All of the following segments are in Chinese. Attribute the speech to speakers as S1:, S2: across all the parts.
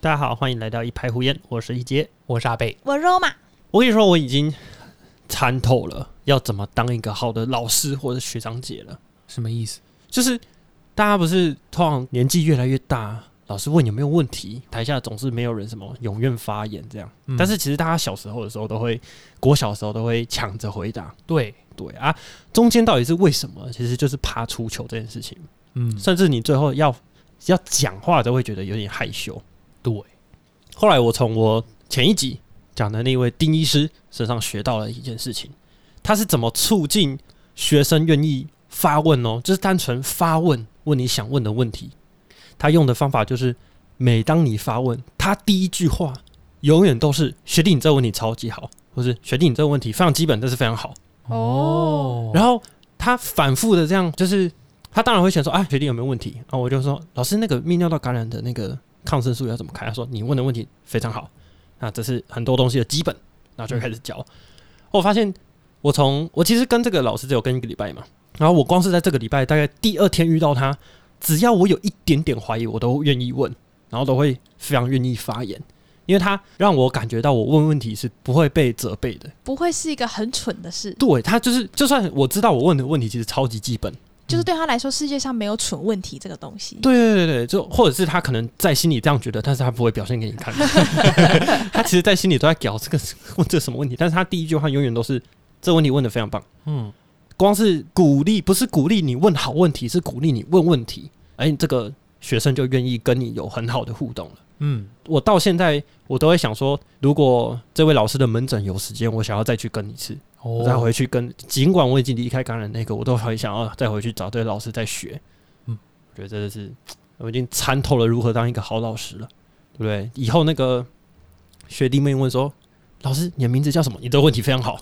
S1: 大家好，欢迎来到一排胡烟，我是一杰。
S2: 我是阿贝，
S3: 我 Roma，
S1: 我跟你说，我已经参透了要怎么当一个好的老师或者学长姐了。
S2: 什么意思？
S1: 就是大家不是通常年纪越来越大，老师问有没有问题，台下总是没有人什么踊跃发言这样。
S2: 嗯
S1: 但是其实大家小时候的时候都会，国小的时候都会抢着回答。
S2: 对，
S1: 对啊，中间到底是为什么？其实就是怕出糗这件事情，
S2: 嗯，
S1: 甚至你最后要要讲话都会觉得有点害羞。
S2: 对，
S1: 后来我从我前一集讲的那位丁医师身上学到了一件事情，他是怎么促进学生愿意发问哦，就是单纯发问，问你想问的问题。他用的方法就是，每当你发问，他第一句话永远都是“学弟，你这个问题超级好”，或是“学弟，你这个问题非常基本，但是非常好”。
S3: 哦
S1: 然后他反复的这样，就是他当然会想说啊，学弟有没有问题啊？我就说老师，那个泌尿道感染的那个抗生素要怎么开？他说你问的问题非常好，那这是很多东西的基本，然后就开始教。我发现我从我其实跟这个老师只有跟一个礼拜嘛，然后我光是在这个礼拜大概第二天遇到他，只要我有一点点怀疑，我都愿意问，然后都会非常愿意发言。因为他让我感觉到我问问题是不会被责备的，
S3: 不会是一个很蠢的事，
S1: 对他就是，就算我知道我问的问题其实超级基本，
S3: 就是对他来说，世界上没有蠢问题这个东西。
S1: 对对对对，就或者是他可能在心里这样觉得，但是他不会表现给你看， 他其实在心里都在搞这个问这什么问题，但是他第一句话永远都是这问题问的非常棒，
S2: 嗯，
S1: 光是鼓励不是鼓励你问好问题，是鼓励你问问题，哎，这个学生就愿意跟你有很好的互动了。
S2: 嗯，
S1: 我到现在我都会想说，如果这位老师的门诊有时间，我想要再去跟一次。我
S2: 哦，
S1: 再回去跟，尽管我已经离开感染那个，我都很想要再回去找这个老师再学。嗯
S2: 嗯，
S1: 我觉得真的是，我已经参透了如何当一个好老师了，对不对？以后那个学弟妹问说：“老师，你的名字叫什么？”你这个问题非 常好。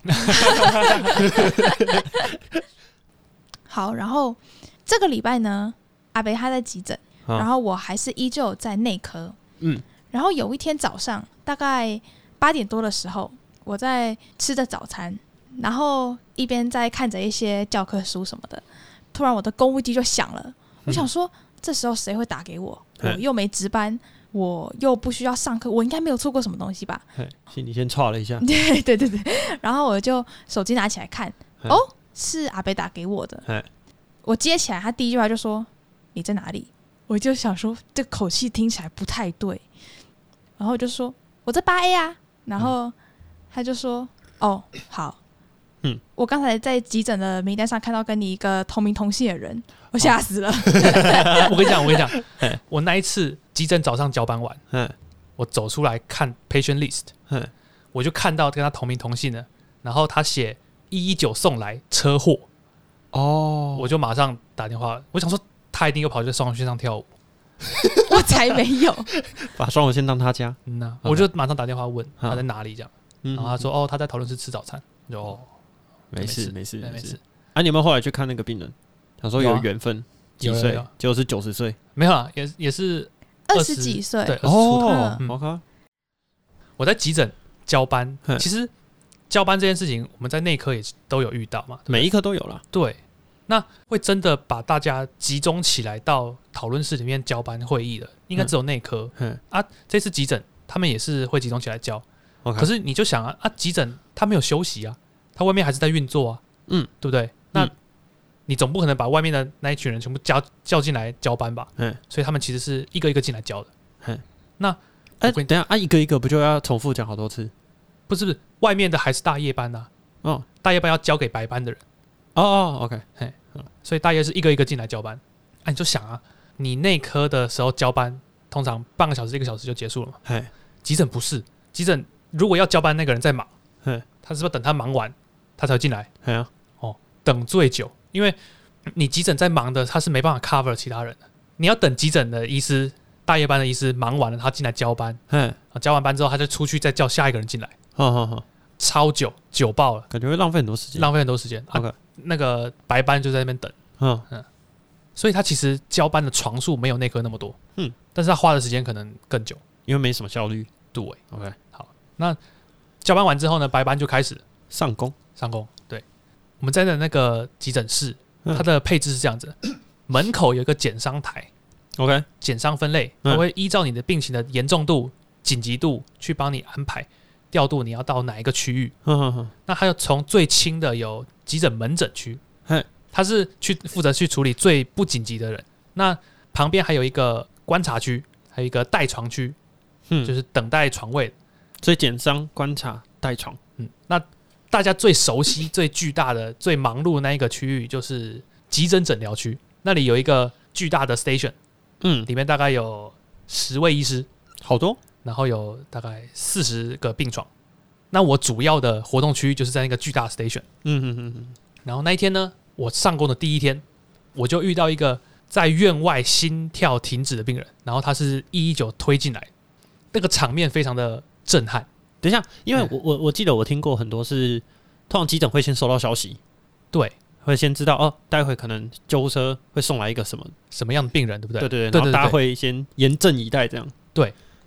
S3: 好，然后这个礼拜呢，阿北他在急诊，
S1: 啊
S3: 然后我还是依旧在内科。
S1: 嗯，
S3: 然后有一天早上大概八点多的时候，我在吃着早餐，然后一边在看着一些教科书什么的，突然我的公务机就响
S1: 嗯
S3: 了，我想说、这时候谁会打给我？我
S1: 嘿
S3: 又没值班，我又不需要上课，我应该没有错过什么东西吧？
S1: 嘿心里先岔了一下，
S3: 对 对对对，然后我就手机拿起来看，
S1: 嗯
S3: 哦，是阿北打给我
S1: 嗯
S3: 的。我接起来，他第一句话就说：“你在哪里？”我就想说，这口气听起来不太对，然后我就说：“我在八 A 啊。”然后他就说：“哦，好，
S1: 嗯，
S3: 我刚才在急诊的名单上看到跟你一个同名同姓的人，
S1: 哦
S3: 我吓死 了。
S2: 我跟你讲，我跟你
S1: 嘿
S2: 讲，我那一次急诊早上交班完，
S1: 嗯
S2: 我走出来看 patient list，
S1: 嗯，
S2: 我就看到跟他同名同姓的，然后他写一一九送来车祸，
S1: 哦，
S2: 我就马上打电话，我想说他一定又跑去双红线上跳舞，
S3: 我才没有，
S1: 把双我先当他 家，
S2: 嗯呐，
S1: 嗯
S2: 我就马上打电话问
S1: 嗯
S2: 他在哪里这样，
S1: 嗯
S2: 然后他说哦他在讨论是吃早餐，我就哦
S1: 没事没
S2: 没
S1: 事
S2: 对没
S1: 没事
S2: 事。，
S1: 啊，你们后来去看那个病人，他说
S2: 有
S1: 有
S2: 啊
S1: 缘分，几
S2: 有有
S1: 岁
S2: 有？
S1: 就是九十岁
S2: 没有啦，也也是
S3: 二
S2: 20
S3: 十几岁，
S2: 对二十
S1: 哦
S2: 出头，
S3: 嗯
S2: 嗯
S1: 我靠，
S2: 我在急诊交班
S1: 嘿，
S2: 其实交班这件事情，我们在内科也都有遇到嘛。
S1: 每一科都有了，
S2: 对，那会真的把大家集中起来到讨论室里面交班会议的，应该只有内科、
S1: 嗯
S2: 啊。这次急诊他们也是会集中起来交，
S1: ，OK，
S2: 可是你就想啊啊，急诊他没有休息啊，他外面还是在运作啊，
S1: 嗯，
S2: 对不对？那、
S1: 嗯
S2: 你总不可能把外面的那一群人全部叫叫进来交班吧？
S1: 嗯，
S2: 所以他们其实是一个一个进来交的。
S1: 哎、
S2: 我跟你
S1: 等一下啊，一个一个不就要重复讲好多次？
S2: 不是不是，外面的还是大夜班呐、
S1: 哦
S2: 大夜班要交给白班的人。
S1: 哦哦，OK，
S2: 所以大约是一个一个进来交班。啊，你就想啊，你内科的时候交班，通常半个小时、一个小时就结束了嘛。
S1: 嘿，
S2: 急诊不是，急诊如果要交班那个人在忙
S1: 嘿，
S2: 他是不是等他忙完，他才会进来？
S1: 嘿啊，
S2: 等最久，因为你急诊在忙的，他是没办法 cover 其他人的。你要等急诊的医师，大夜班的医师忙完了，他进来交班，
S1: 嘿，
S2: 啊交完班之后，他就出去再叫下一个人进来，
S1: 好好好，
S2: 超久，久爆了，
S1: 感觉会浪费很多时间。
S2: 浪费很多时间。啊，
S1: OK，
S2: 那个白班就在那边等。
S1: 嗯，
S2: 所以他其实交班的床数没有内科那么多，
S1: 嗯，
S2: 但是他花的时间可能更久。
S1: 因为没什么效率。
S2: 对，
S1: OK，
S2: 交班完之后呢，白班就开始
S1: 上工，
S2: 上工。对，我们在的那个急诊室，
S1: 嗯
S2: 它的配置是这样子：门口有一个减伤台，
S1: OK，
S2: 减伤分类，
S1: 嗯
S2: 它会依照你的病情的严重度、紧急度去帮你安排调度你要到哪一个区域。
S1: 哼哼哼，
S2: 那还有从最轻的有急诊门诊区
S1: 嘿，
S2: 他是去负责去处理最不紧急的人。那旁边还有一个观察区，还有一个待床区，
S1: 嗯，
S2: 就
S1: 就是
S2: 是等待床位。
S1: 所以减伤、观察、带床，
S2: 嗯，那大家最熟 悉、最巨大的、最忙碌的那一个区域就是急诊诊疗区，那里有一个巨大的 station，
S1: 嗯，
S2: 里面大概有十位医师，
S1: 好多，
S2: 然后有大概四十个病床。那我主要的活动区域就是在那个巨大 station。
S1: 嗯嗯嗯嗯，
S2: 然后那一天呢，我上工的第一天，我就遇到一个在院外心跳停止的病人，然后他是一一九推进来，那个场面非常的震撼。
S1: 等一下，因为我我我记得我听过很多是，通常急诊会先收到消息，
S2: 对，
S1: 会先知道哦，待会可能救护车会送来一个什么，
S2: 什么样的病人，对不对？
S1: 对对对，然
S2: 对
S1: 后
S2: 对
S1: 大家会先严阵以待这样，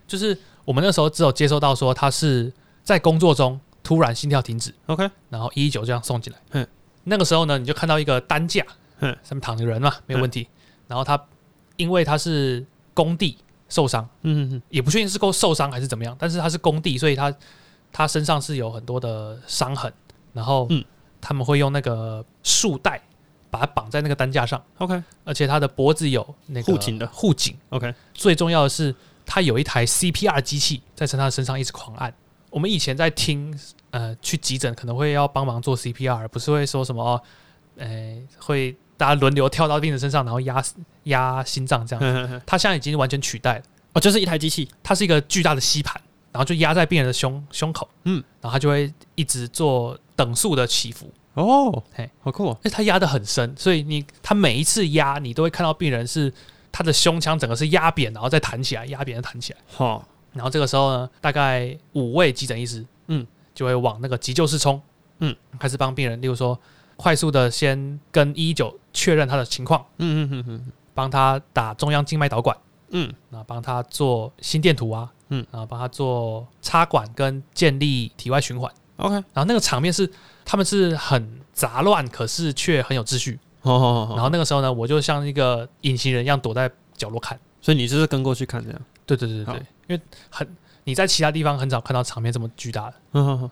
S2: 就是我们那时候只有接收到说他是在工作中突然心跳停止，
S1: OK，
S2: 然后一一九这样送进来。
S1: 嗯
S2: 嗯，那个时候呢，你就看到一个担架，
S1: 嗯
S2: 嗯，上面躺着人嘛，没有问题。然后他因为他是工地受伤，
S1: 嗯嗯嗯
S2: 也不确定是够受伤还是怎么样，但是他是工地，所以他他身上是有很多的伤痕，然后
S1: 嗯
S2: 他们会用那个束带把他绑在那个担架上，
S1: ，OK
S2: 而且他的脖子有那个
S1: 护颈的
S2: 护颈。
S1: OK，
S2: 最重要的是，他有一台 CPR 机器在他的身上一直狂按。我们以前在听，呃，去急诊可能会要帮忙做 CPR，不是会说什么，哦呃，会大家轮流跳到病人身上，然后压压心脏
S1: 嗯
S2: 这样。他现在已经完全取代了，
S1: 哦，就是一台机器，
S2: 它是一个巨大的吸盘，然后就压在病人的胸胸口，
S1: 嗯，
S2: 然后他就会一直做等速的起伏。
S1: 哦，
S2: 嘿，
S1: 好酷哦，
S2: 因为它压得很深，所以你它每一次压，你都会看到病人是他的胸腔整个是压扁，然后再弹起来，压扁再弹起来。
S1: 好，
S2: 然后这个时候呢，大概五位急诊医师，
S1: 嗯，
S2: 就会往那个急救室冲，
S1: 嗯，
S2: 开始帮病人，例如说快速的先跟一一九确认他的情况，
S1: 嗯嗯嗯嗯
S2: 帮他打中央静脉导管，
S1: 嗯，
S2: 然后帮他做心电图啊，
S1: 嗯，
S2: 然后帮他做插管跟建立体外循环。
S1: ，OK，
S2: 然后那个场面是他们是很杂乱，可是却很有秩序。
S1: 好好好，
S2: 然后那个时候呢，我就像一个隐形人一样躲在角落看。
S1: 所以你就是跟过去看这样，
S2: 对对对
S1: 好
S2: 对，因为很你在其他地方很少看到场面这么巨大的。
S1: 嗯好好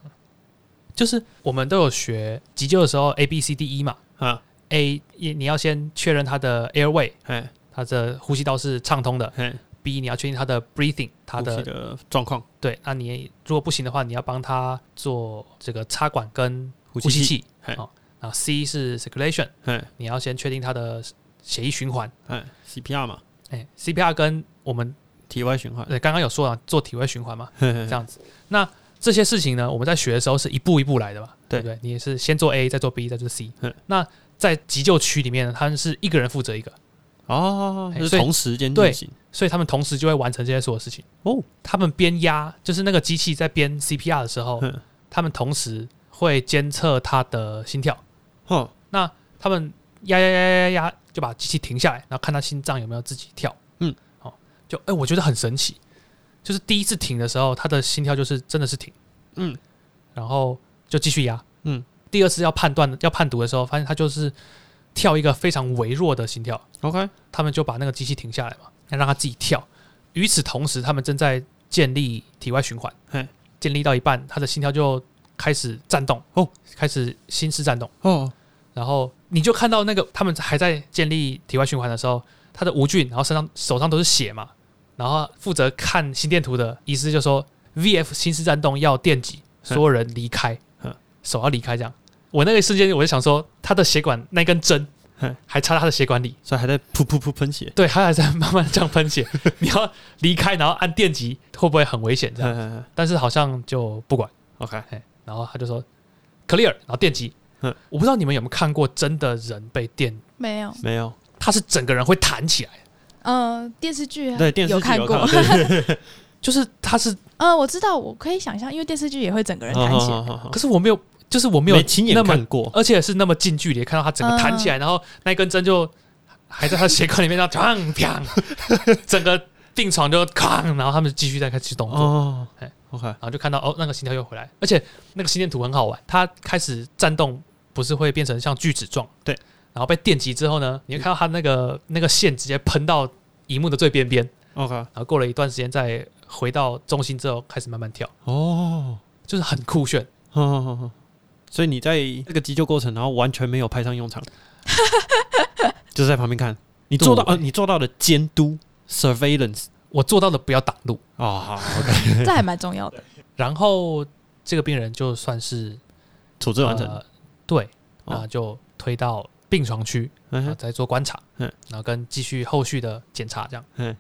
S2: 就是我们都有学急救的时候 A B C D E 嘛
S1: 啊，
S2: ，A 你你要先确认他的 airway，
S1: 哎
S2: 他的呼吸道是畅通的
S1: 哎，
S2: ；B 你要确定他的 breathing，他
S1: 呼
S2: 的
S1: 吸的状况，
S2: 对，那你如果不行的话，你要帮他做这个插管跟
S1: 呼
S2: 呼吸，器
S1: 嘿
S2: 哦。然后 C 是 circulation，
S1: 哎
S2: 你要先确定他的血液循环。
S1: 哎，CPR 嘛，
S2: 哎，CPR 跟我们
S1: 体外循环，
S2: 对刚刚有说啊，做体外循环嘛，
S1: 嘿嘿
S2: 这
S1: 嘿
S2: 样子。那这些事情呢，我们在学的时候是一步一步来的嘛，
S1: 对
S2: 对不对？你也是先做 A，再做 B，再做 C
S1: 嗯。
S2: 那在急救区里面呢，他们是一个人负责一个，
S1: 哦，
S2: 哎
S1: 就是
S2: 所以
S1: 同时间进
S2: 对
S1: 行，
S2: 所以他们同时就会完成这些所有事情。
S1: 哦，
S2: 他们边压，就是那个机器在编 CPR 的时候
S1: 嗯，
S2: 他们同时会监测他的心跳。
S1: 哦，
S2: 他们压压压压压，就把机器停下来，然后看他心脏有没有自己跳。
S1: 嗯，
S2: 好、就哎、我觉得很神奇，就是第一次停的时候，他的心跳就是真的是停，
S1: 嗯，
S2: 然后就继续压，
S1: 嗯。
S2: 第二次要判断要判读的时候，发现他就是跳一个非常微弱的心跳，
S1: OK，
S2: 他们就把那个机器停下来嘛，让他自己跳。与此同时，他们正在建立体外循环
S1: 嘿，
S2: 建立到一半，他的心跳就开始颤动，
S1: 哦，
S2: 开始心室颤动。
S1: 哦，
S2: 然后你就看到那个他们还在建立体外循环的时候，他的无菌，然后身上手上都是血嘛，然后负责看心电图的医师就说，VF 心室颤动要电击，
S1: 哼
S2: 所有人离开
S1: 哼，
S2: 手要离开这样。我那个瞬间我就想说，他的血管那根针
S1: 哼
S2: 还插在他的血管里，
S1: 所以还在噗噗噗喷血，
S2: 对，他还在慢慢这样喷血。你要离开，然后按电击，会不会很危险？这样，
S1: 嘿嘿嘿
S2: 但是好像就不管。
S1: ，OK，
S2: 哎，然后他就说 clear，然后电击。
S1: 嗯
S2: 我不知道你们有没有看过真的人被电，
S3: 没有，
S1: 没有，
S2: 他是整个人会弹起来，
S3: 呃，电视剧
S1: 对，电视剧
S3: 看
S1: 有
S3: 过
S1: 看，，对
S2: 就是他是，
S1: 哦
S3: 呃，我知道，我可以想象，因为电视剧也 会整个人弹
S1: 嗯
S3: 起来，
S2: 可是我没有，就是我没
S1: 哦没
S2: 有
S1: 有亲眼
S2: 那么，
S1: 看过，
S2: 而且是那么近距离看到他整个弹起来，然后那一根针就还在他血管里面，然后砰砰， 整个病床就哐，然后他们继续在开始动作。
S1: 哦
S2: 哎
S1: ，OK，
S2: 然后就看到哦，那个心跳又回来，而且那个心电图很好玩，它开始颤动，不是会变成像锯齿状，
S1: 对，
S2: 然后被电击之后呢，你会看到它那个那个线直接喷到荧幕的最边边，
S1: OK，
S2: 然后过了一段时间再回到中心之后开始慢慢跳，
S1: 哦，
S2: 就是很酷炫。
S1: 好好好好，所以你在这个急救过程，然后完全没有派上用 场，就是在旁边看。你做到
S2: 对
S1: 呃，你做到了监督 （surveillance）
S2: 我做到的不要挡路，
S1: 哦，好，OK，
S3: 这还蛮重要的。
S2: 然后这个病人就算是
S1: 处置完成。
S2: 呃、对，
S1: 哦
S2: 那就推到病床区，
S1: 嗯
S2: 然后
S1: 哼
S2: 再做观察，
S1: 嗯
S2: 然后跟继续后续的检查这样。
S1: 嗯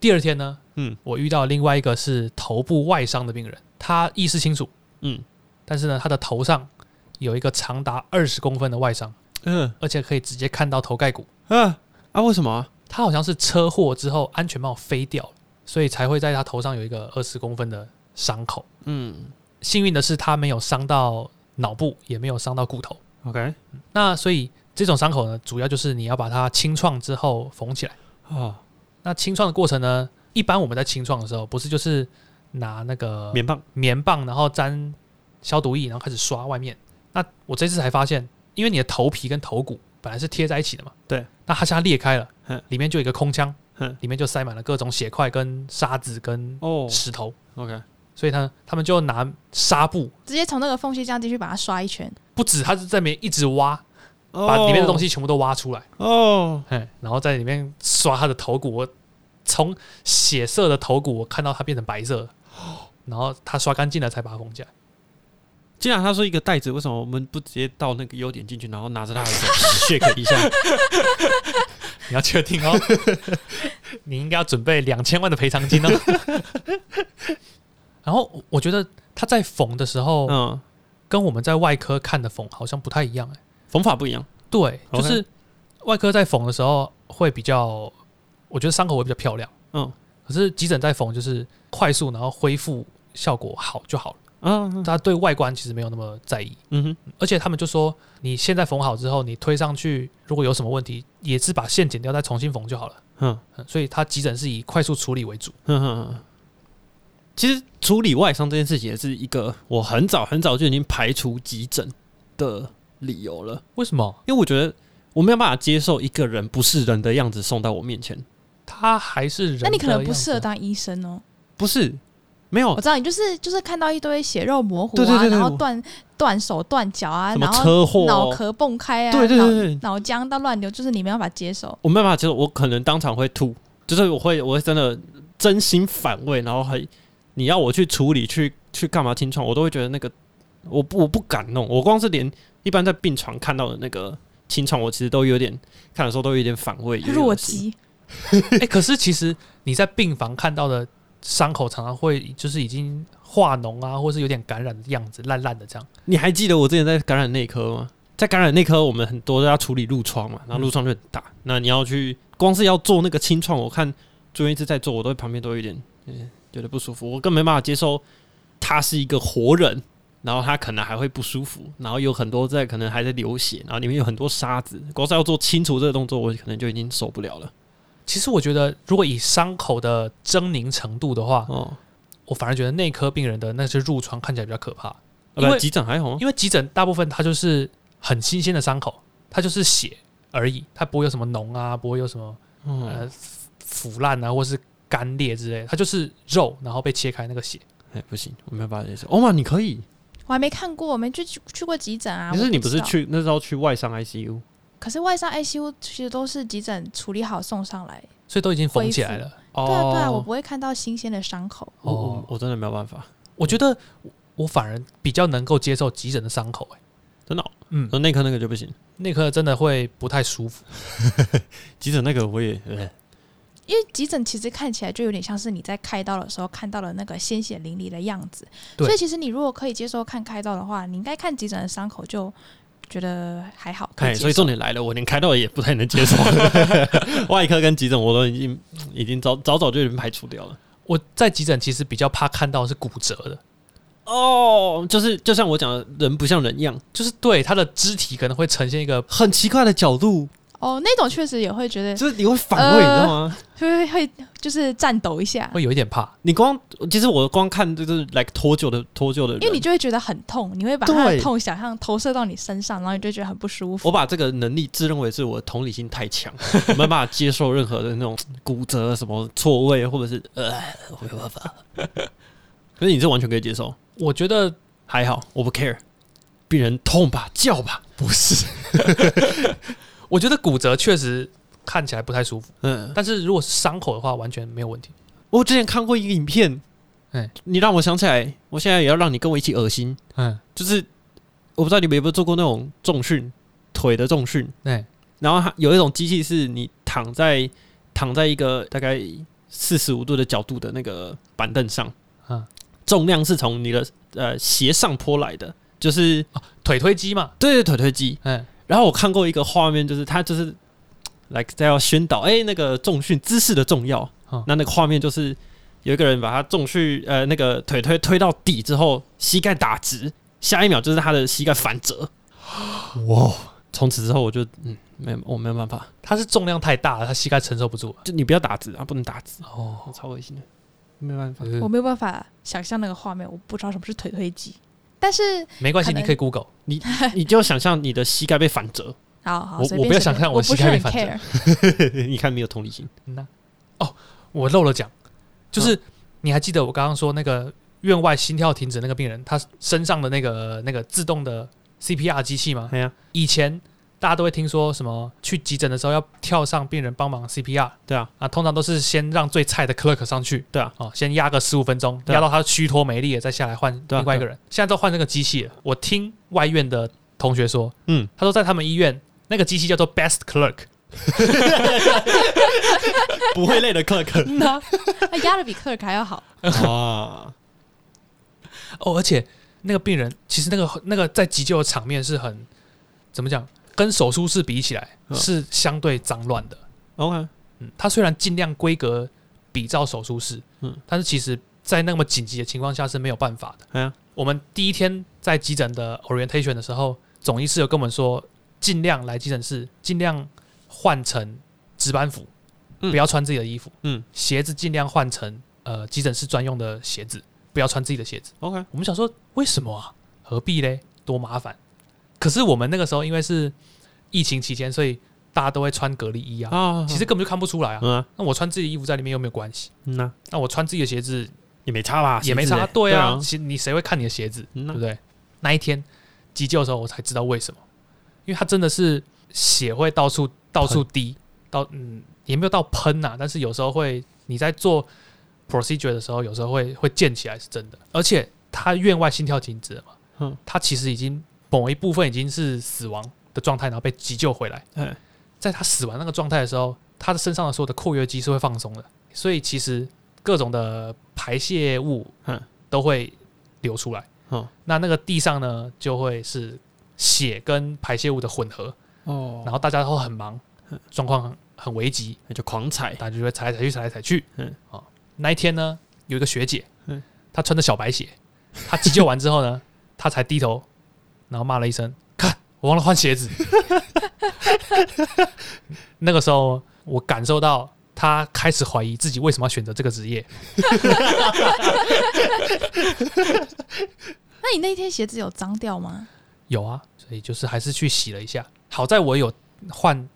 S2: 第二天呢，
S1: 嗯
S2: 我遇到另外一个是头部外伤的病人，他意识清楚，
S1: 嗯
S2: 但是呢，他的头上有一个长达二十公分的外伤，
S1: 嗯
S2: 而且可以直接看到头盖骨。
S1: 啊啊，为什么啊？
S2: 他好像是车祸之后安全帽飞掉了，所以才会在他头上有一个二十公分的伤口。
S1: 嗯
S2: 幸运的是，他没有伤到脑部，也没有伤到骨头。
S1: ，OK，
S2: 那所以这种伤口呢，主要就是你要把它清创之后缝起来。
S1: 哦，
S2: 那清创的过程呢，一般我们在清创的时候，不是就是拿那个
S1: 棉棒
S2: 棉棒，然后沾消毒液，然后开始刷外面。那我这次才发现，因为你的头皮跟头骨本来是贴在一起的嘛，
S1: 对，
S2: 那它现在裂开了
S1: 嗯，
S2: 里面就有一个空腔
S1: 嗯，
S2: 里面就塞满了各种血块、跟沙子、跟
S1: 哦
S2: 石头，
S1: ，OK，
S2: 所以呢，他们就拿纱布，
S3: 直接从那个缝隙这样进去把它刷一圈，
S2: 不止，他是在里面一直挖，把
S1: 把
S2: 里面的东西全部都挖出来。
S1: 哦，
S2: 嘿，然后在里面刷他的头骨，我从血色的头骨我看到它变成白色，然后他刷干净了才把它缝起来。
S1: 既然他说一个袋子，为什么我们不直接到那个优点进去，然后拿着他的 手 shake 一下？
S2: 你要确定哦， 你应该要准备两千万的赔偿金哦。 然后我觉得他在缝的时候，
S1: 嗯，
S2: 跟我们在外科看的缝好像不太一样哎、
S1: 缝法不一样。
S2: 对，就
S1: OK
S2: 是外科在缝的时候会比较，我觉得伤口会比较漂亮。
S1: 嗯
S2: 可是急诊在缝就是快速，然后恢复效果好就好了。
S1: 啊，嗯
S2: 大家对外观其实没有那么在意，
S1: 嗯哼，
S2: 而且他们就说，你现在缝好之后，你推上去如果有什么问题，也是把线剪掉再重新缝就好了。
S1: 嗯
S2: 嗯所以它急诊是以快速处理为主。
S1: 哼哼哼。 其实处理外伤这件事情也是一个我很早很早就已经排除急诊的理由了，
S2: 为什么？
S1: 因为我觉得我没有办法接受一个人不是人的样子送到我面前，
S2: 它还是人的
S3: 那你可能不
S2: 样子
S3: 适合当医生哦。
S1: 不是没有
S3: 我知道你就是就是看到一堆血肉模糊啊，
S1: 哦对对对对
S3: 然
S1: 我
S3: 后断断手断脚啊，
S1: 什么
S3: 然后
S1: 车祸、哦
S3: 脑壳崩开啊，
S1: 对对对
S3: 脑
S1: 对
S3: 脑浆到乱流，就是你没办法接受。
S1: 我没办法接受，我可能当场会吐，就是我会我会真的真心反胃，然后还你要我去处理去去干嘛清创，我都会觉得那个我不我不敢弄，我光是连一般在病床看到的那个清创，我其实都有点看的时候都有点反胃，有点
S3: 弱
S1: 恶心。
S3: 鸡，
S2: 哎、可是其实你在病房看到的伤口，常常会就是已经化脓啊，或是有点感染的样子，烂烂的这样。
S1: 你还记得我之前在感染内科吗？在感染内科，我们很多都要处理褥疮嘛，
S3: 嗯
S1: 然后褥疮就很大，那你要去光是要做那个清创，我看住院医师在做，我都旁边都有一点嗯觉得不舒服，我更没办法接受他是一个活人，然后他可能还会不舒服，然后有很多在可能还在流血，然后里面有很多沙子，光是要做清除这个动作，我可能就已经受不了了。
S2: 其实我觉得，如果以伤口的狰狞程度的话，
S1: 哦，
S2: 我反而觉得内科病人的那些褥疮看起来比较可怕。
S1: 啊
S2: 因
S1: 不
S2: 为
S1: 急诊还好吗？
S2: 因为急诊大部分它就是很新鲜的伤口，它就是血而已，它不会有什么脓啊，不会有什么
S1: 嗯，
S2: 呃腐腐烂啊，或是干裂之类的，它就是肉，然后被切开那个血。
S1: 哎、不行，我没有办法接受。欧玛，你可以，
S3: 我还没看过，我没去去去过急诊啊。
S1: 可是
S3: 我
S1: 你不
S3: 知
S1: 是
S3: 道？
S1: 去那时候去外伤 ICU？
S3: 可是外伤 ICU 其实都是急诊处理好送上来。
S2: 所以都已经缝起来了。
S1: 哦
S3: 对啊对啊，我不会看到新鲜的伤口。
S1: 我
S2: 哦
S1: 我我真的没有办法，
S2: 我觉得我我反而比较能够接受急诊的伤口、欸，
S1: 真的哦、
S2: 嗯，
S1: 那内科那个就不行，
S2: 内科真的会不太舒服。
S1: 急诊那个我也，呃
S3: 因为急诊其实看起来就有点像是你在开刀的时候看到了那个鲜血淋漓的样子，
S2: 对
S3: 所以其实你如果可以接受看开刀的话，你应该看急诊的伤口就觉得还好，可
S1: 哎，
S3: 以
S1: 所
S3: 接
S1: 以
S3: 受。
S1: 重点来了，我连开刀也不太能 接受，外科跟急诊我都已经已经早早早就已经排除掉了。
S2: 我在急诊其实比较怕看到是骨折的，
S1: 哦，就是就像我讲的，人不像人一样，
S2: 就是对他的肢体可能会呈现一个
S1: 很奇怪的角度，
S3: 哦，那种确实也会
S2: 哎
S3: 觉得
S1: 就是你会反胃，你知道吗？
S3: 会会会就是颤抖一下，
S2: 会有一点怕。
S1: 你光其实我光看就是 like 脱臼的脱臼的人，
S3: 因为你就会觉得很痛，你会把它的
S1: 对
S3: 痛想象投射到你身上，然后你就觉得很不舒服。
S1: 我把这个能力自认为是我的同理心太强， 没办法接受任何的那种骨折、啊什么错位，或者是呃，我没办法。 可是你这完全可以接受，
S2: 我觉得
S1: 还好，我不 care。病人痛吧，叫吧，不是，
S2: 我觉得骨折确实看起来不太舒服，
S1: 嗯，
S2: 但是如果是伤口的话，完全没有问题。
S1: 我之前看过一个影片，
S2: 哎
S1: 你让我想起来，我现在也要让你跟我一起恶心，
S2: 嗯，
S1: 就是我不知道你们有没有做过那种重训，腿的重训，
S2: 对，
S1: 然后它有一种机器是你躺在躺在一个大概四十五度的角度的那个板凳上，
S2: 嗯
S1: 重量是从你的呃斜上坡来的，就是
S2: 腿推肌嘛，
S1: 对对腿推肌。
S2: 嗯，
S1: 然后我看过一个画面，就是他就是来在要宣导哎、那个重训姿势的重要，
S2: 嗯
S1: 那那个画面就是。有一个人把他重去呃那个腿推推到底之后，膝盖打直，下一秒就是他的膝盖反折。哇！从此之后我就嗯没有我没有办法，
S2: 它是重量太大了，它膝盖承受不住。
S1: 就你不要打字啊，不能打字，
S2: 哦，
S1: 超恶 心的，没办法。
S3: 我没有办法想象那个画面，我不知道什么是腿推肌，但是
S2: 没关系，
S3: 可能
S2: 你可以 Google。
S1: 你就想象你的膝盖被反折，
S3: 好好，
S2: 我
S3: 随
S2: 我
S3: 便
S2: 不要
S3: 随
S2: 想
S3: 便
S2: 象我
S3: 我
S2: 膝
S3: 不是
S2: 盖被
S3: 很
S2: 反折
S3: care，
S1: 你看没有同理心，
S2: 那哦，我漏了讲，就是、你还记得我刚刚说那个院外心跳停止那个病人，他身上的那个那个自动的 CPR 机器吗？
S1: 哎呀，
S2: 以前大家都会听说什么去急诊的时候要跳上病人帮忙 CPR
S1: 对啊，
S2: 啊，通常都是先让最菜的 clerk 上去，
S1: 对啊，
S2: 哦，先压个十五分钟，
S1: 对啊
S2: 压到他虚脱没力了，再下来换
S1: 对啊
S2: 另外一个人。现在都换这个机器了。我听外院的同学说，
S1: 嗯，
S2: 他说在他们医院那个机器叫做 Best Clerk，
S1: 不会累的克 克
S3: 那那压的比克尔还要好，
S1: 啊，
S2: 哦，而且那个病人其实那个那个在急救的场面是很怎么讲，跟手术室比起来
S1: 嗯
S2: 是相对脏乱的。
S1: OK，
S2: 嗯，他虽然尽量规格比照手术室，
S1: 嗯
S2: 嗯，但是其实，在那么紧急的情况下是没有办法的。
S1: 哎呀，
S2: 我们第一天在急诊的 orientation 的时候，总医师有跟我们说，尽量来急诊室，尽量换成值班服，
S1: 嗯
S2: 不要穿自己的衣服，
S1: 嗯，
S2: 鞋子尽量换成呃急诊室专用的鞋子，不要穿自己的鞋子。
S1: ，OK，
S2: 我们想说，为什么啊？何必嘞？多麻烦！可是我们那个时候因为是疫情期间，所以大家都会穿隔离衣啊，
S1: 啊，
S2: 其实根本就看不出来啊。
S1: 嗯啊，
S2: 那我穿自己的衣服在里面又没有关系，
S1: 嗯呐，
S2: 那我穿自己的鞋子
S1: 也没差吧，
S2: 也没
S1: 鞋子
S2: 差，
S1: 欸
S2: 对
S1: 对
S2: 啊，其实你谁会看你的鞋子，
S1: 嗯呐
S2: 对不对？那一天急救的时候，我才知道为什么，因为他真的是血会到处到处滴，到嗯也没有到喷呐、但是有时候会你在做 procedure 的时候，有时候会会溅起来，是真的。而且他院外心跳停止了嘛，
S1: 嗯
S2: 他其实已经某一部分已经是死亡的状态，然后被急救回来。
S1: 哎，
S2: 在他死亡那个状态的时候，他的身上的所有的括约肌是会放松的，所以其实各种的排泄物
S1: 嗯
S2: 都会流出来。
S1: 嗯
S2: 那那个地上呢，就会是血跟排泄物的混合，
S1: 哦，嗯
S2: 然后大家都很忙，状况很很危急，
S1: 那就狂踩，
S2: 大家就会踩来踩去，踩来踩去。
S1: 嗯
S2: 嗯，哦，那一天呢，有一个学姐，
S1: 嗯
S2: 她穿着小白鞋，她急救完之 后呢，她才低头，然后骂了一声：“看，我忘了 换鞋子。”那个时候，我感受到她开始怀疑自己为什么要选择这个职业。
S3: 那你那天鞋子有脏掉吗？
S2: 有啊，所以就是还是去洗了一下。好在我有换，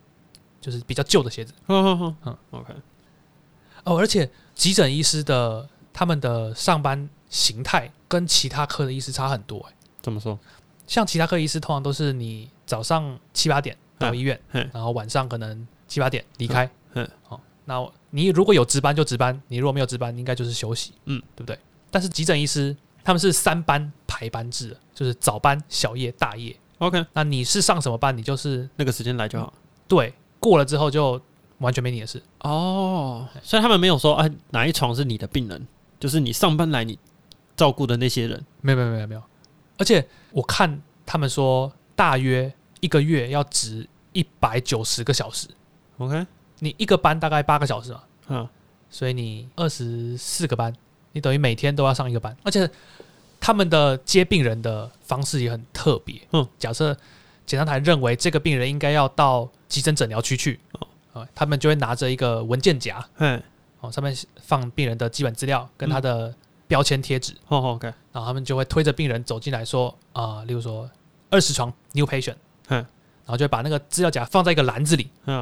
S2: 就是比较旧的鞋子
S1: 嗯
S2: 嗯
S1: ，OK，
S2: 哦。而且急诊医师的他们的上班形态跟其他科的医师差很多、欸
S1: 怎么说？
S2: 像其他科医师通常都是你早上七八点到医院，
S1: 嗯嗯
S2: 然后晚上可能七八点离开。
S1: 嗯嗯
S2: 哦，那我你如果有值班就值班，你如果没有值班，你应该就是休息，
S1: 嗯，
S2: 对不对？但是急诊医师他们是三班排班制的，就是早班、小夜、大夜。
S1: OK，
S2: 那你是上什么班，你就是
S1: 那个时间来就好。
S2: 对过了之后就完全没你的事。
S1: 哦，所以他们没有说啊，哪一床是你的病人，就是你上班来你照顾的那些人。
S2: 没有没有没有没有，而且我看他们说大约一个月要值一百九十个小时，
S1: OK，
S2: 你一个班大概八个小时嘛，
S1: 嗯，
S2: 所以你二十四个班，你等于每天都要上一个班，而且他们的接病人的方式也很特别。
S1: 嗯，
S2: 假设检查台认为这个病人应该要到急诊诊疗区去
S1: 哦，
S2: 啊，他们就会拿着一个文件夹，
S1: 哎，
S2: 哦，上面放病人的基本资料跟他的标签贴纸，
S1: 好好哦 OK，
S2: 然后他们就会推着病人走进来说啊、例如说二十床 new patient，
S1: 嗯
S2: 然后就会把那个资料夹放在一个篮子里，
S1: 嗯，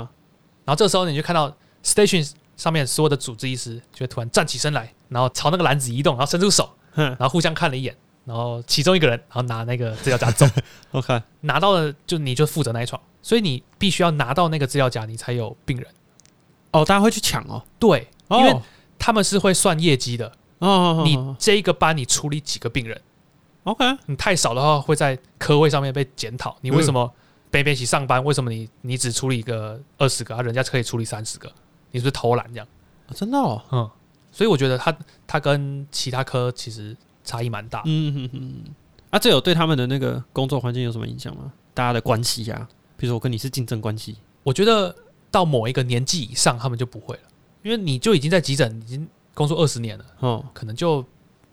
S2: 然后这时候你就看到 station 上面所有的主治医师就会突然站起身来，然后朝那个篮子移动，然后伸出手，
S1: 哼
S2: 然后互相看了一眼，然后其中一个人然后拿那个资料夹走，
S1: ，OK，
S2: 拿到了就你就负责那一床，所以你必须要拿到那个资料夹，你才有病人。
S1: 哦，大家会去抢哦，
S2: 对，
S1: 哦
S2: 因为他们是会算业绩的，
S1: 哦哦，哦
S2: 你这一个班你处理几个病人，
S1: OK，
S2: 你太少的话会在科位上面被检讨。你为什么北边一起上班？为什么你你只处理一个二十个，啊，人家可以处理三十个？你是不是偷懒这样？
S1: 哦真的哦，
S2: 嗯，所以我觉得他他跟其他科其实差异蛮大。
S1: 嗯嗯嗯，啊，这有对他们的那个工作环境有什么影响吗？大家的关系呀、比如说我跟你是竞争关系，
S2: 我觉得到某一个年纪以上，他们就不会了，因为你就已经在急诊已经工作二十年了，
S1: 哦，
S2: 可能就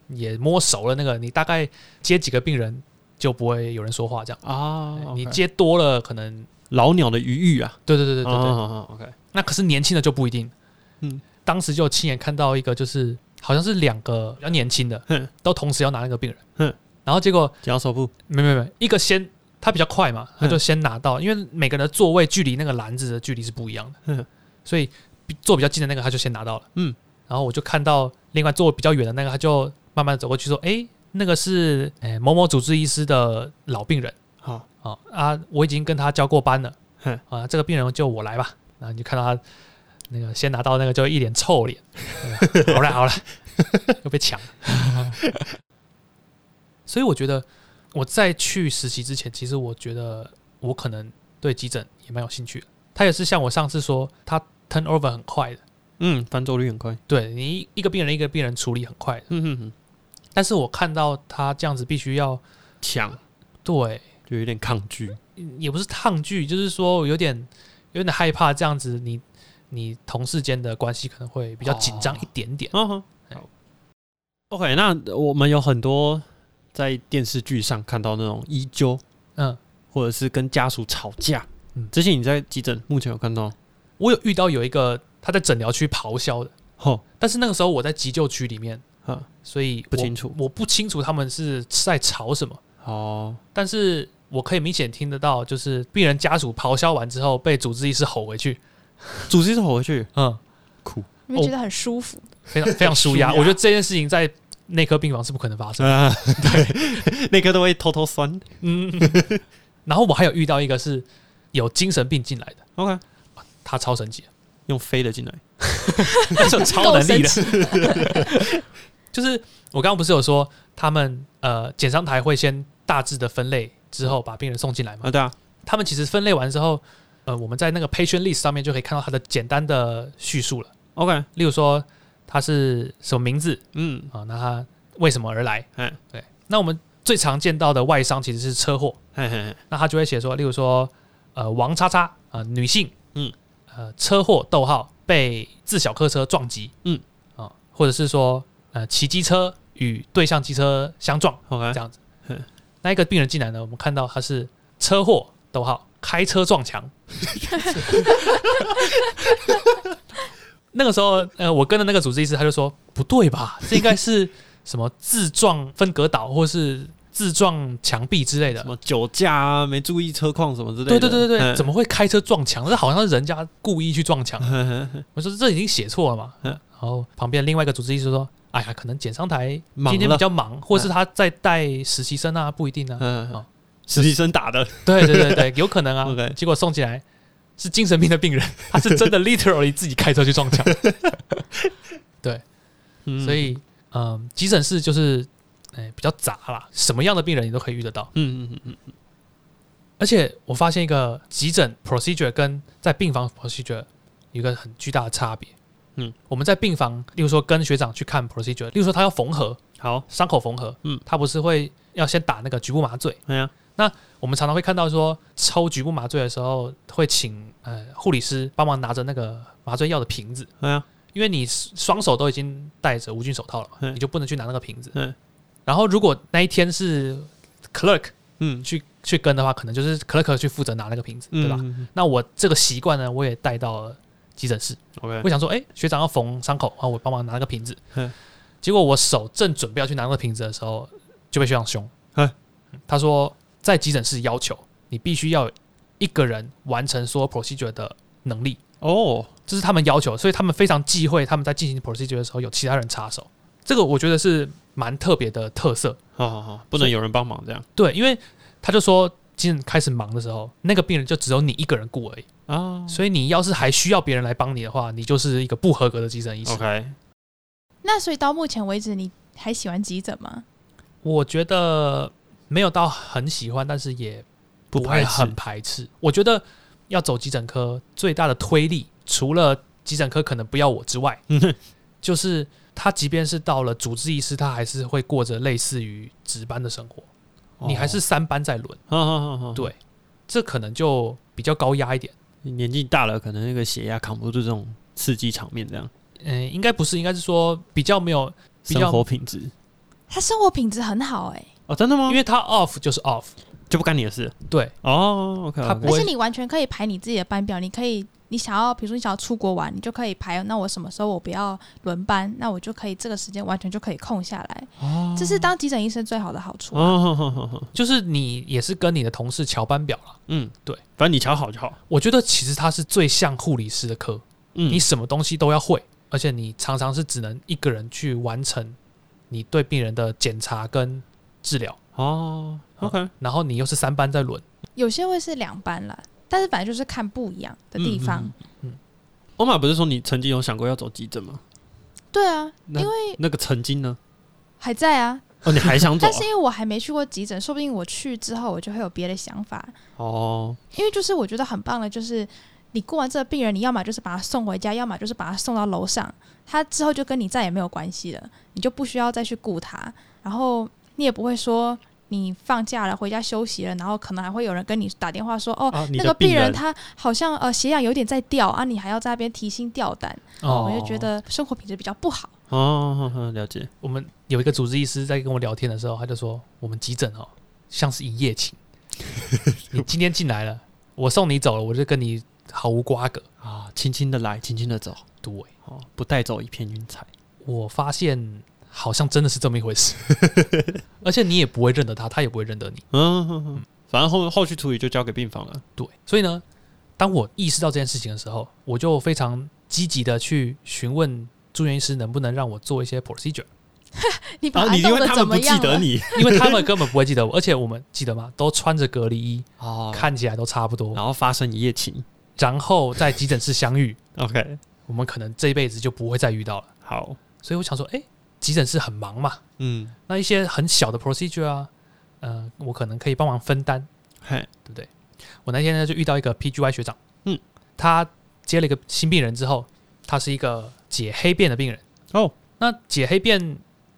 S2: 也摸熟了那个，你大概接几个病人就不会有人说话这样。
S1: 啊
S2: 你
S1: 接
S2: 接多了，可能
S1: 老鸟的余欲啊，
S2: 对对对对对对，
S1: 哦哦哦，OK，
S2: 那可是年轻的就不一定。
S1: 嗯
S2: 嗯，当时就亲眼看到一个，就是好像是两个比较年轻的
S1: 哼，
S2: 都同时要拿那个病人，
S1: 哼
S2: 嗯，然后结果
S1: 脚手部，
S2: 没没没，一个先他比较快嘛，他就先拿到，因为每个人的座位距离那个篮子的距离是不一样
S1: 嗯
S2: 的，所以比坐比较近的那个他就先拿到了，
S1: 嗯
S2: 嗯，然后我就看到另外坐比较远的那个他就慢慢走过去说，诶，那个是诶某某主治医师的老病人。
S1: 好，
S2: 哦啊，我已经跟他交过班了
S1: 哼，
S2: 啊，这个病人就我来吧。然后你就看到他那个先拿到那个就一脸臭脸， 嗯好了好了， 又被抢了。 所以我觉得我在去实习之前，其实我觉得我可能对急诊也蛮有兴趣的。他也是像我上次说，他 turn over 很快的，
S1: 嗯，翻桌率很快，
S2: 对你一个病人一个病人处理很快的。
S1: 嗯哼哼，
S2: 但是我看到他这样子必须要
S1: 抢
S2: 对
S1: 就有点抗拒，
S2: 也不是抗拒，就是说有点有点害怕这样子你，你同事间的关系可能会比较紧张
S1: 哦
S2: 一点点。
S1: 哦，好好，OK，那我们有很多在电视剧上看到那种医纠，
S2: 嗯，
S1: 或者是跟家属吵架，
S2: 嗯
S1: 这些你在急诊目前有看到？
S2: 我有遇到有一个他在诊疗区咆哮的，
S1: 吼，
S2: 但是那个时候我在急救区里面，
S1: 啊，
S2: 所以我
S1: 不清楚
S2: 我不清楚他们是在吵什么，
S1: 哦，
S2: 但是我可以明显听得到，就是病人家属咆哮完之后被主治医师吼回去，
S1: 主持人吼回去，
S2: 嗯，
S1: 酷，
S3: 因为觉得很舒服。
S2: 非常非常舒压。
S1: 舒压
S2: 我觉得这件事情在内科病房是不可能发生的。
S1: 啊， 对，那个都会偷偷酸
S2: 嗯，然后我还有遇到一个是有精神病进来的。
S1: ，OK，
S2: 他超神奇，
S1: 用飞的进来，
S2: 他
S1: 哦
S2: 是有超
S3: 够
S2: 能力
S3: 神
S2: 的。
S3: 奇
S2: 就是我刚刚不是有说，他们呃检伤台会先大致的分类，之后把病人送进来嘛。
S1: 啊，对啊，
S2: 他们其实分类完之后，呃，我们在那个 patient list 上面就可以看到他的简单的叙述了。
S1: OK，
S2: 例如说他是什么名字
S1: 嗯，
S2: 啊、那他为什么而来？
S1: 哎，
S2: 对，那我们最常见到的外伤其实是车祸，
S1: 嘿嘿嘿，
S2: 那他就会写说，例如说，呃，王叉叉，呃，女性，
S1: 嗯，
S2: 呃，车祸，逗号，被自小客车撞击，
S1: 嗯，
S2: 啊、或者是说，呃，骑机车与对向机车相撞，这
S1: OK，
S2: 样子
S1: 嗯。
S2: 那一个病人进来呢，我们看到他是车祸，逗号，开车撞墙。 那个时候，呃，我跟的那个主治医师他就说，不对吧，这应该是什么自撞分隔岛，或是自撞墙壁之类的
S1: 什。么酒驾啊，没注意车况什么之类的，
S2: 对对对对对，
S1: 嗯
S2: 怎么会开车撞墙？这好像是人家故意去撞墙。我说这已经写错了嘛。
S1: 嗯
S2: 然后旁边另外一个主治医师说：“哎呀，可能检伤台
S1: 忙
S2: 今天
S1: 了
S2: 比较忙，或是他在带实习生啊，不一定啊。
S1: 嗯
S2: 哦
S1: 实习生打的，
S2: 对对对对，有可能 啊。
S1: OK
S2: 结果送进来是精神病 的病人，他是真的 literally 自己开车去撞墙。
S1: 嗯
S2: 所，以，嗯，急诊室就是哎比较杂啦，什么样的病人你都可以遇得到。
S1: 嗯嗯嗯
S2: 而且我发现一个急诊 procedure 跟在病房 procedure 有一个很巨大的差别。
S1: 嗯，
S2: 我们在病房，例如说跟学长去看 procedure，例如说他要缝合
S1: 好，
S2: 伤口缝合，
S1: 嗯，
S2: 他不是会要先打那个局部麻醉。
S1: 哎呀，
S2: 我们常常会看到说抽局部麻醉的时候，会请呃护理师帮忙拿着那个麻醉药的瓶子，
S1: 哎呀，
S2: 因为你双手都已经戴着无菌手套了嘛，
S1: 嗯
S2: 你就不能去拿那个瓶子。
S1: 嗯
S2: 然后如果那一天是 clerk
S1: 嗯，
S2: 去去跟的话，可能就是可乐可乐去负责拿那个瓶子，对吧？
S1: 嗯嗯
S2: 那我这个习惯呢，我也带到了急诊室。
S1: ？OK，
S2: 我想说，哎、学长要缝伤口，然后我帮忙拿那个瓶子
S1: 嗯。
S2: 结果我手正准备要去拿那个瓶子的时候，就被学长凶
S1: 嗯。
S2: 他说，在急诊室要求你必须要有一个人完成所有 procedure 的能力，
S1: 哦，
S2: 这是他们要求，所以他们非常忌讳他们在进行 procedure 的时候有其他人插手。这个我觉得是蛮特别的特色。
S1: 好好好，不能有人帮忙这样
S2: 对，因为他就说，急诊开始忙的时候，那个病人就只有你一个人顾而已。
S1: 啊。
S2: 所以你要是还需要别人来帮你的话，你就是一个不合格的急诊医师。
S1: OK，
S3: 那所以到目前为止，你还喜欢急诊吗？
S2: 我觉得没有到很喜欢，但是也
S1: 不
S2: 会
S1: 排斥
S2: 很排斥。我觉得要走急诊科最大的推力，除了急诊科可能不要我之外，就是他即便是到了主治医师，他还是会过着类似于值班的生活，你还是三班在轮，
S1: 哦好好好好，
S2: 对这可能就比较高压一点。
S1: 你年纪大了，可能那个血压扛不住这种刺激场面，这样
S2: 嗯，应该不是，应该是说比较没有，比较
S1: 生活品质
S3: 他生活品质很好哎、
S1: 哦，真的吗？
S2: 因为他 off 就是 off，
S1: 就不干你的事
S2: 对，
S1: 哦。OK，
S2: 他不
S3: 而
S2: 会
S3: 且你完全可以排你自己的班表，你可以，你想要，比如说你想要出国玩，你就可以排。那我什么时候我不要轮班，那我就可以这个时间完全就可以空下来。
S1: 哦
S3: 这是当急诊医生最好的好处。
S1: 哦，好好好好，
S2: 就是你也是跟你的同事瞧班表了。
S1: 嗯，
S2: 对，
S1: 反正你瞧好就好。
S2: 我觉得其实它是最像护理师的科，
S1: 嗯
S2: 你什么东西都要会，而且你常常是只能一个人去完成你对病人的检查跟治疗，
S1: 哦，OK，
S2: 然后你又是三班在轮。
S3: 有些会是两班啦，但是反正就是看不一样的地方。
S1: 嗯欧玛不是说你曾经有想过要走急诊吗？
S3: 对啊，
S1: 那
S3: 因为
S1: 那个曾经呢？
S3: 还在啊，
S1: 哦，你还想走啊
S3: 但？是因为我还没去过急诊，说不定我去之后我就会有别的想法。
S1: 哦，
S3: 因为就是我觉得很棒的，就是你过完这个病人，你要么就是把他送回家，要么就是把他送到楼上，他之后就跟你再也没有关系了，你就不需要再去顾他，然后你也不会说你放假了回家休息了，然后可能还会有人跟你打电话说，哦，
S1: 啊，你
S3: 那
S1: 的
S3: 个病人
S1: 人
S3: 他好像呃血氧有点在掉啊，你还要在那边提心吊胆，
S1: 哦
S3: 我就觉得生活品质比较不好。
S1: 哦，好好了解。
S2: 我们有一个主治医师在跟我聊天的时候，他就说我们急诊哦，像是一夜 情，你今天进来了，我送你走了，我就跟你毫无瓜葛。
S1: 啊，轻轻的来，轻轻的走，
S2: 对，
S1: 哦，不带走一片云彩。
S2: 我发现好像真的是这么一回事，而且你也不会认得他，他也不会认得你。
S1: 嗯，哼哼反正后后续处理就交给病房了。
S2: 对，所以呢，当我意识到这件事情的时候，我就非常积极的去询问住院医师能不能让我做一些 procedure，
S3: 你把
S1: 然后哦啊
S3: 他
S1: 你因
S3: 弄
S1: 为
S3: 得
S1: 他
S3: 怎
S1: 们
S3: 么
S1: 不记
S3: 样啊
S1: 得
S3: 了？
S1: 你
S2: 因为他们根本不会记得我，而且我们记得吗？都穿着隔离衣，
S1: 哦看，
S2: 看起来都差不多，
S1: 然后发生一夜情。
S2: 然后在急诊室相遇，
S1: OK，
S2: 我们可能这一辈子就不会再遇到了。
S1: 好，
S2: 所以我想说，哎，急诊室很忙嘛，
S1: 嗯，
S2: 那一些很小的 procedure 啊，呃，我可能可以帮忙分担。
S1: 嘿，
S2: 我那天呢就遇到一个 PGY 学长，
S1: 嗯，
S2: 他接了一个新病人之后，他是一个解黑便的病人。
S1: 哦，
S2: 那解黑便，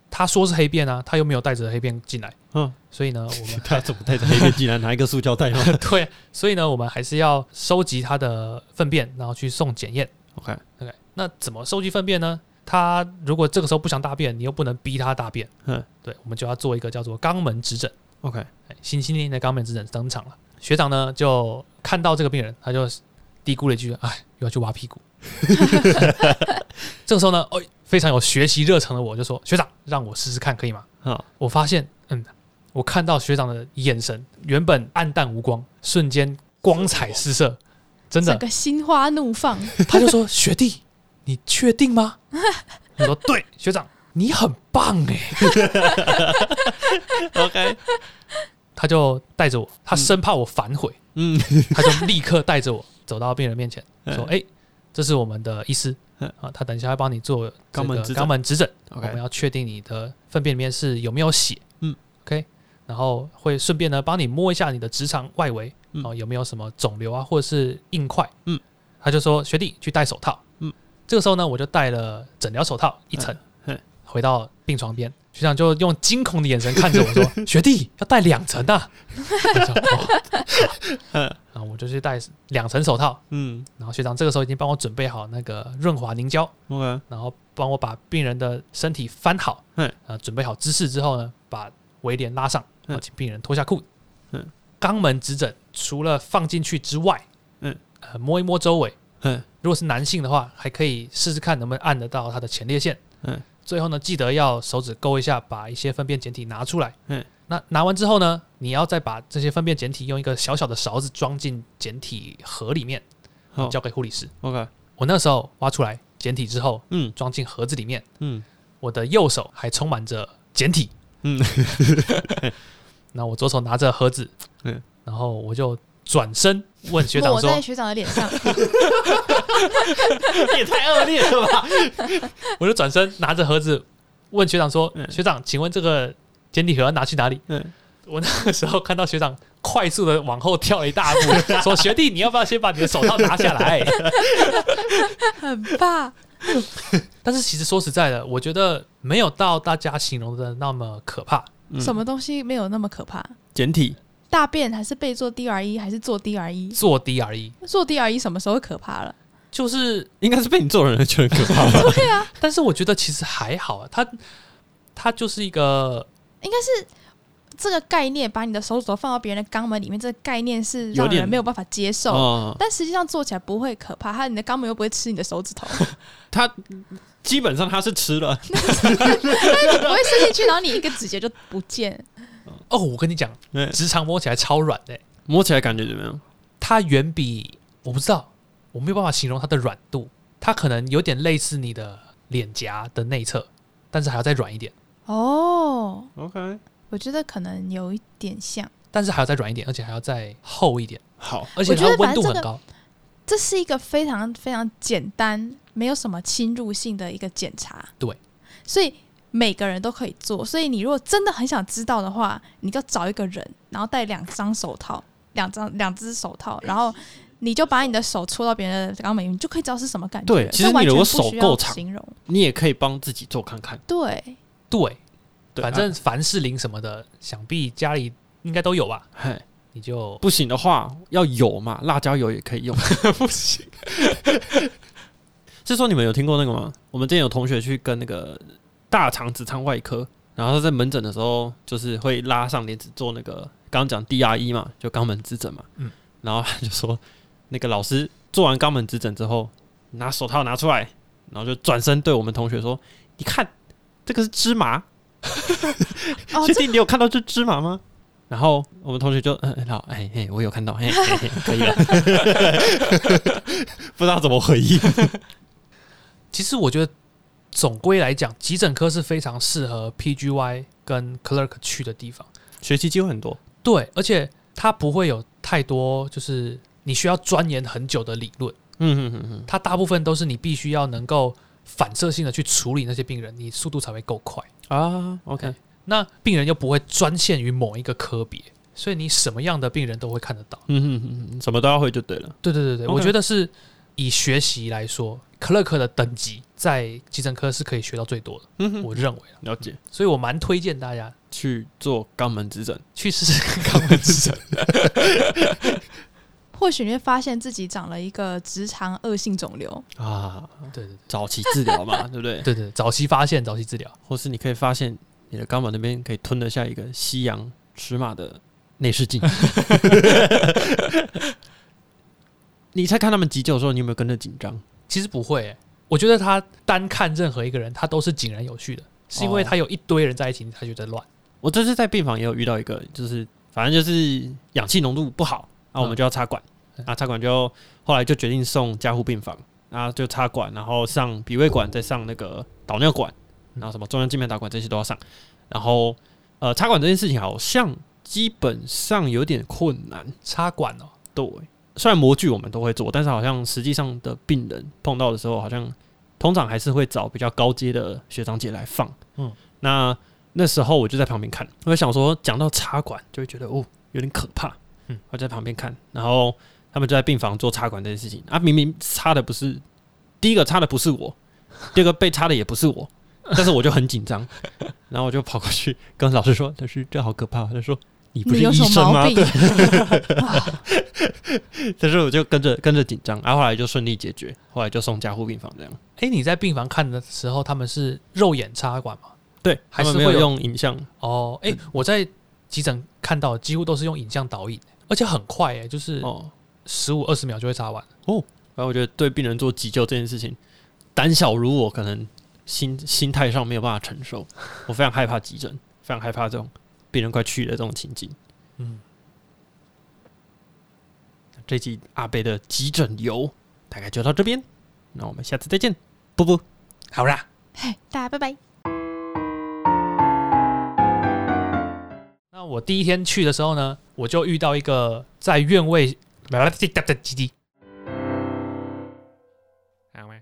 S2: 他说是黑便啊，他又没有带着黑便进来，
S1: 嗯，
S2: 所以呢，我们
S1: 他怎么带着黑便进来？拿一个塑胶袋吗
S2: 对，所以呢，我们还是要收集他的粪便，然后去送检验。
S1: ？OK，
S2: OK，那怎么收集粪便呢？他如果这个时候不想大便，你又不能逼他大便，
S1: 嗯
S2: 对，我们就要做一个叫做肛门指诊。
S1: ，OK，
S2: 哎新新年的肛门指诊登场了。学长呢就看到这个病人，他就嘀咕了一句：“哎，又要去挖屁股。” 这个时候呢，哎，非常有学习热忱的我就说：“学长，让我试试看可以吗
S1: 好，？”
S2: 我发现，嗯，我看到学长的眼神原本暗淡无光，瞬间光彩四射，真
S3: 整
S2: 的。
S3: 个心花怒放，
S2: 他就说：“学弟，你确定吗？”我说：“对，学长，你很棒哎、
S1: ，OK，
S2: 他就带着我，他生怕我反悔，
S1: 嗯，
S2: 他就立刻带着我走到病人面前，说：“
S1: 嗯
S2: 哎、这是我们的医师
S1: 嗯
S2: 啊，他等一下要帮你做这
S1: 肛门
S2: 个
S1: 指诊
S2: 肛门指诊，我
S1: OK
S2: 们要确定你的粪便里面是有没有血，
S1: 嗯
S2: ，OK，然后会顺便呢帮你摸一下你的直肠外围，
S1: 嗯
S2: 哦，有没有什么肿瘤啊或者是硬块，
S1: 嗯，
S2: 他就说学弟去戴手套，
S1: 嗯，
S2: 这个时候呢我就戴了诊疗手套一层，
S1: 嗯嗯
S2: 回到病床边，学长就用惊恐的眼神看着我说：“ 学弟要戴两层啊！” 我就哦
S1: 嗯
S2: 然后我就去戴两层手套，
S1: 嗯
S2: 然后学长这个时候已经帮我准备好那个润滑凝胶，
S1: ，OK，
S2: 然后帮我把病人的身体翻好啊
S1: 嗯，
S2: 呃，准备好姿势之后呢，把围帘拉上，然后
S1: 嗯
S2: 请病人脱下裤子，
S1: 嗯
S2: 肛门指诊除了放进去之外，
S1: 嗯，
S2: 呃，摸一摸周围，
S1: 嗯
S2: 如果是男性的话，还可以试试看能不能按得到他的前列腺。
S1: 嗯，
S2: 最后呢，记得要手指勾一下，把一些粪便简体拿出来。
S1: 嗯，
S2: 那拿完之后呢，你要再把这些粪便简体用一个小小的勺子装进简体盒里面，
S1: 好
S2: 交给护理师。
S1: ，OK，
S2: 我那时候挖出来简体之后，
S1: 嗯
S2: 装进盒子里面，
S1: 嗯
S2: 我的右手还充满着简体。
S1: 嗯，
S2: 那我左手拿着盒子，
S1: 嗯
S2: 然后我就转身问学长
S3: 抹
S2: 说
S3: 在，学长的脸上，
S1: 也太恶劣了吧？
S2: 我就转身拿着盒子问学长说：“
S1: 嗯
S2: 学长，请问这个简体盒要拿去哪里
S1: 嗯，？”
S2: 我那个时候看到学长快速的往后跳了 一大步，说：“学弟，你要不要先把你的手套拿下来
S3: 很棒。？”
S2: 但是其实说实在的，我觉得没有到大家形容的那么可怕。
S1: 嗯
S3: 什么东西没有那么可怕？
S1: 简体？
S3: 大便还是被做 DRE 还是做 DRE？
S2: 做 D 而已，
S3: 做 DRE 什么时候可怕了？
S2: 就是，
S1: 应该是被你做人的觉得很 可怕吧？
S3: 啊
S2: 但是我觉得其实还好啊，它它就是一个
S3: 应该是这个概念，把你的手指头放到别人的肛门里面，这个概念是
S1: 有
S3: 让
S1: 点
S3: 人没有办法接受。
S1: 哦，
S3: 但实际上做起来不会可怕，它你的肛门又不会吃你的手指 头，
S1: 他基本上他是吃了，
S3: 但是你不会伸进去，然后你一个指节就不见。
S2: 哦，我跟你讲，
S1: 对，
S2: 直肠摸起来超软的、
S1: 哎摸起来感觉怎么样？
S2: 它远比我不知道，我没有办法形容它的软度，它可能有点类似你的脸颊的内侧，但是还要再软一点，
S3: 哦，
S1: OK，
S3: 我觉得可能有一点像，
S2: 但是还要再软一点，而且还要再厚一点，
S1: 好，
S2: 而且它的温度很高。
S3: 这是一个非常非常简单，没有什么侵入性的一个检查。
S2: 对，
S3: 所以每个人都可以做。所以你如果真的很想知道的话，你就找一个人，然后戴两张手套，两张两只手套，然后你就把你的手戳到别人的肛门，你就可以知道是什么感觉了。
S1: 对其实
S3: 这完
S1: 你
S3: 全
S1: 如果
S3: 不需
S1: 手
S3: 要
S1: 够长
S3: 形容
S1: 你也可以帮自己做看看。
S3: 对，
S2: 对，
S1: 对
S2: 反正凡士林什么的，想必家里应该都有吧？
S1: 啊嘿，
S2: 你就
S1: 不行的话要有嘛，辣椒油也可以用。
S2: 不行，
S1: 是说你们有听过那个吗？我们之前有同学去跟那个大肠直肠外科，然后他在门诊的时候，就是会拉上帘子做那个刚刚讲 DRE 嘛，就肛门指诊嘛。
S2: 嗯
S1: 然后他就说，那个老师做完肛门指诊之后，拿手套拿出来，然后就转身对我们同学说：“你看，这个是芝麻，
S3: 哦，
S1: 确
S3: 这
S1: 定你有看到这芝麻吗？”然后我们同学就嗯，好，哎哎，我有看到，嘿嘿嘿，可以了，不知道怎么回应。
S2: 其实我觉得总归来讲，急诊科是非常适合 PGY 跟 clerk 去的地方。
S1: 学习机会很多，
S2: 对，而且它不会有太多就是你需要钻研很久的理论，
S1: 嗯嗯嗯嗯。
S2: 它大部分都是你必须要能够反射性的去处理那些病人，你速度才会够快。
S1: 啊，OK，
S2: 那病人又不会专限于某一个科别，所以你什么样的病人都会看得到。
S1: 嗯哼哼哼，什么都要会就对了。
S2: 对对对对
S1: OK
S2: 我觉得是以学习来说，clerk 的等级在急诊科是可以学到最多的，
S1: 嗯哼，
S2: 我认为啦
S1: 了解，
S2: 所以我蛮推荐大家
S1: 去做肛门指诊。
S2: 去试试看肛 门指诊。
S3: 或许你会发现自己长了一个直肠恶性肿瘤。
S1: 啊，
S2: 对对
S1: 早期治疗嘛，对不对？
S2: 对对对，早期发现，早期治疗。
S1: 或是你可以发现你的肛门那边可以吞得下一个西洋尺码的内视镜。你在看他们急救的时候，你有没有跟着紧张？
S2: 其实不会欸、我觉得他单看任何一个人，他都是井然有序的，是因为
S1: 哦
S2: 他有一堆人在一起，他觉得乱。
S1: 我这次在病房也有遇到一个，就是反正就是氧气浓度不好，啊，我们
S2: 嗯
S1: 就要插管，
S2: 嗯
S1: 啊，插管就后来就决定送加护病房，啊，就插管，然后上鼻胃管，再上那个导尿管，然后什么中央静脉导管这些都要上，然后呃，插管这件事情好像基本上有点困难，
S2: 插管哦，
S1: 对，虽然模具我们都会做，但是好像实际上的病人碰到的时候，好像通常还是会找比较高阶的学长姐来放。
S2: 嗯，
S1: 那那时候我就在旁边看，我就想说，讲到插管就会觉得哦有点可怕，
S2: 嗯，
S1: 我就在旁边看，然后他们就在病房做插管这件事情啊，明明插的不是第一个插的不是我，第二个被插的也不是我。但是我就很紧张， 然后我就跑过去跟老师说：“老师，这好可怕。”他说：“你不
S3: 你
S1: 是
S3: 有
S1: 医
S3: 什
S1: 生
S3: 么
S1: 吗？”
S3: 毛
S1: 对
S3: 病？，啊
S1: 但是我就跟着跟着紧张，然、后后来就顺利解决，后来就送加护病房这样。
S2: 诶，你在病房看的时候，他们是肉眼插管吗？
S1: 对，
S2: 还
S1: 还
S2: 是
S1: 是没
S2: 会有
S1: 用影像，
S2: 哦，诶，我在急诊看到的几乎都是用影像导引，欸而且很快诶、就是
S1: 哦，
S2: 十五二十秒就会查完。
S1: 然后我觉得对病人做急救这件事情，胆小如我，可能心心态上没有办法承受，我非常害怕急诊，非常害怕这种病人快去了这种情景。
S2: 嗯，
S1: 这集阿贝的急诊游大概就到这边，那我们下次再见，啵啵。
S2: 好啦，
S3: 嘿，大家拜拜。
S2: 那我第一天去的时候呢，我就遇到一个在院位，好吗？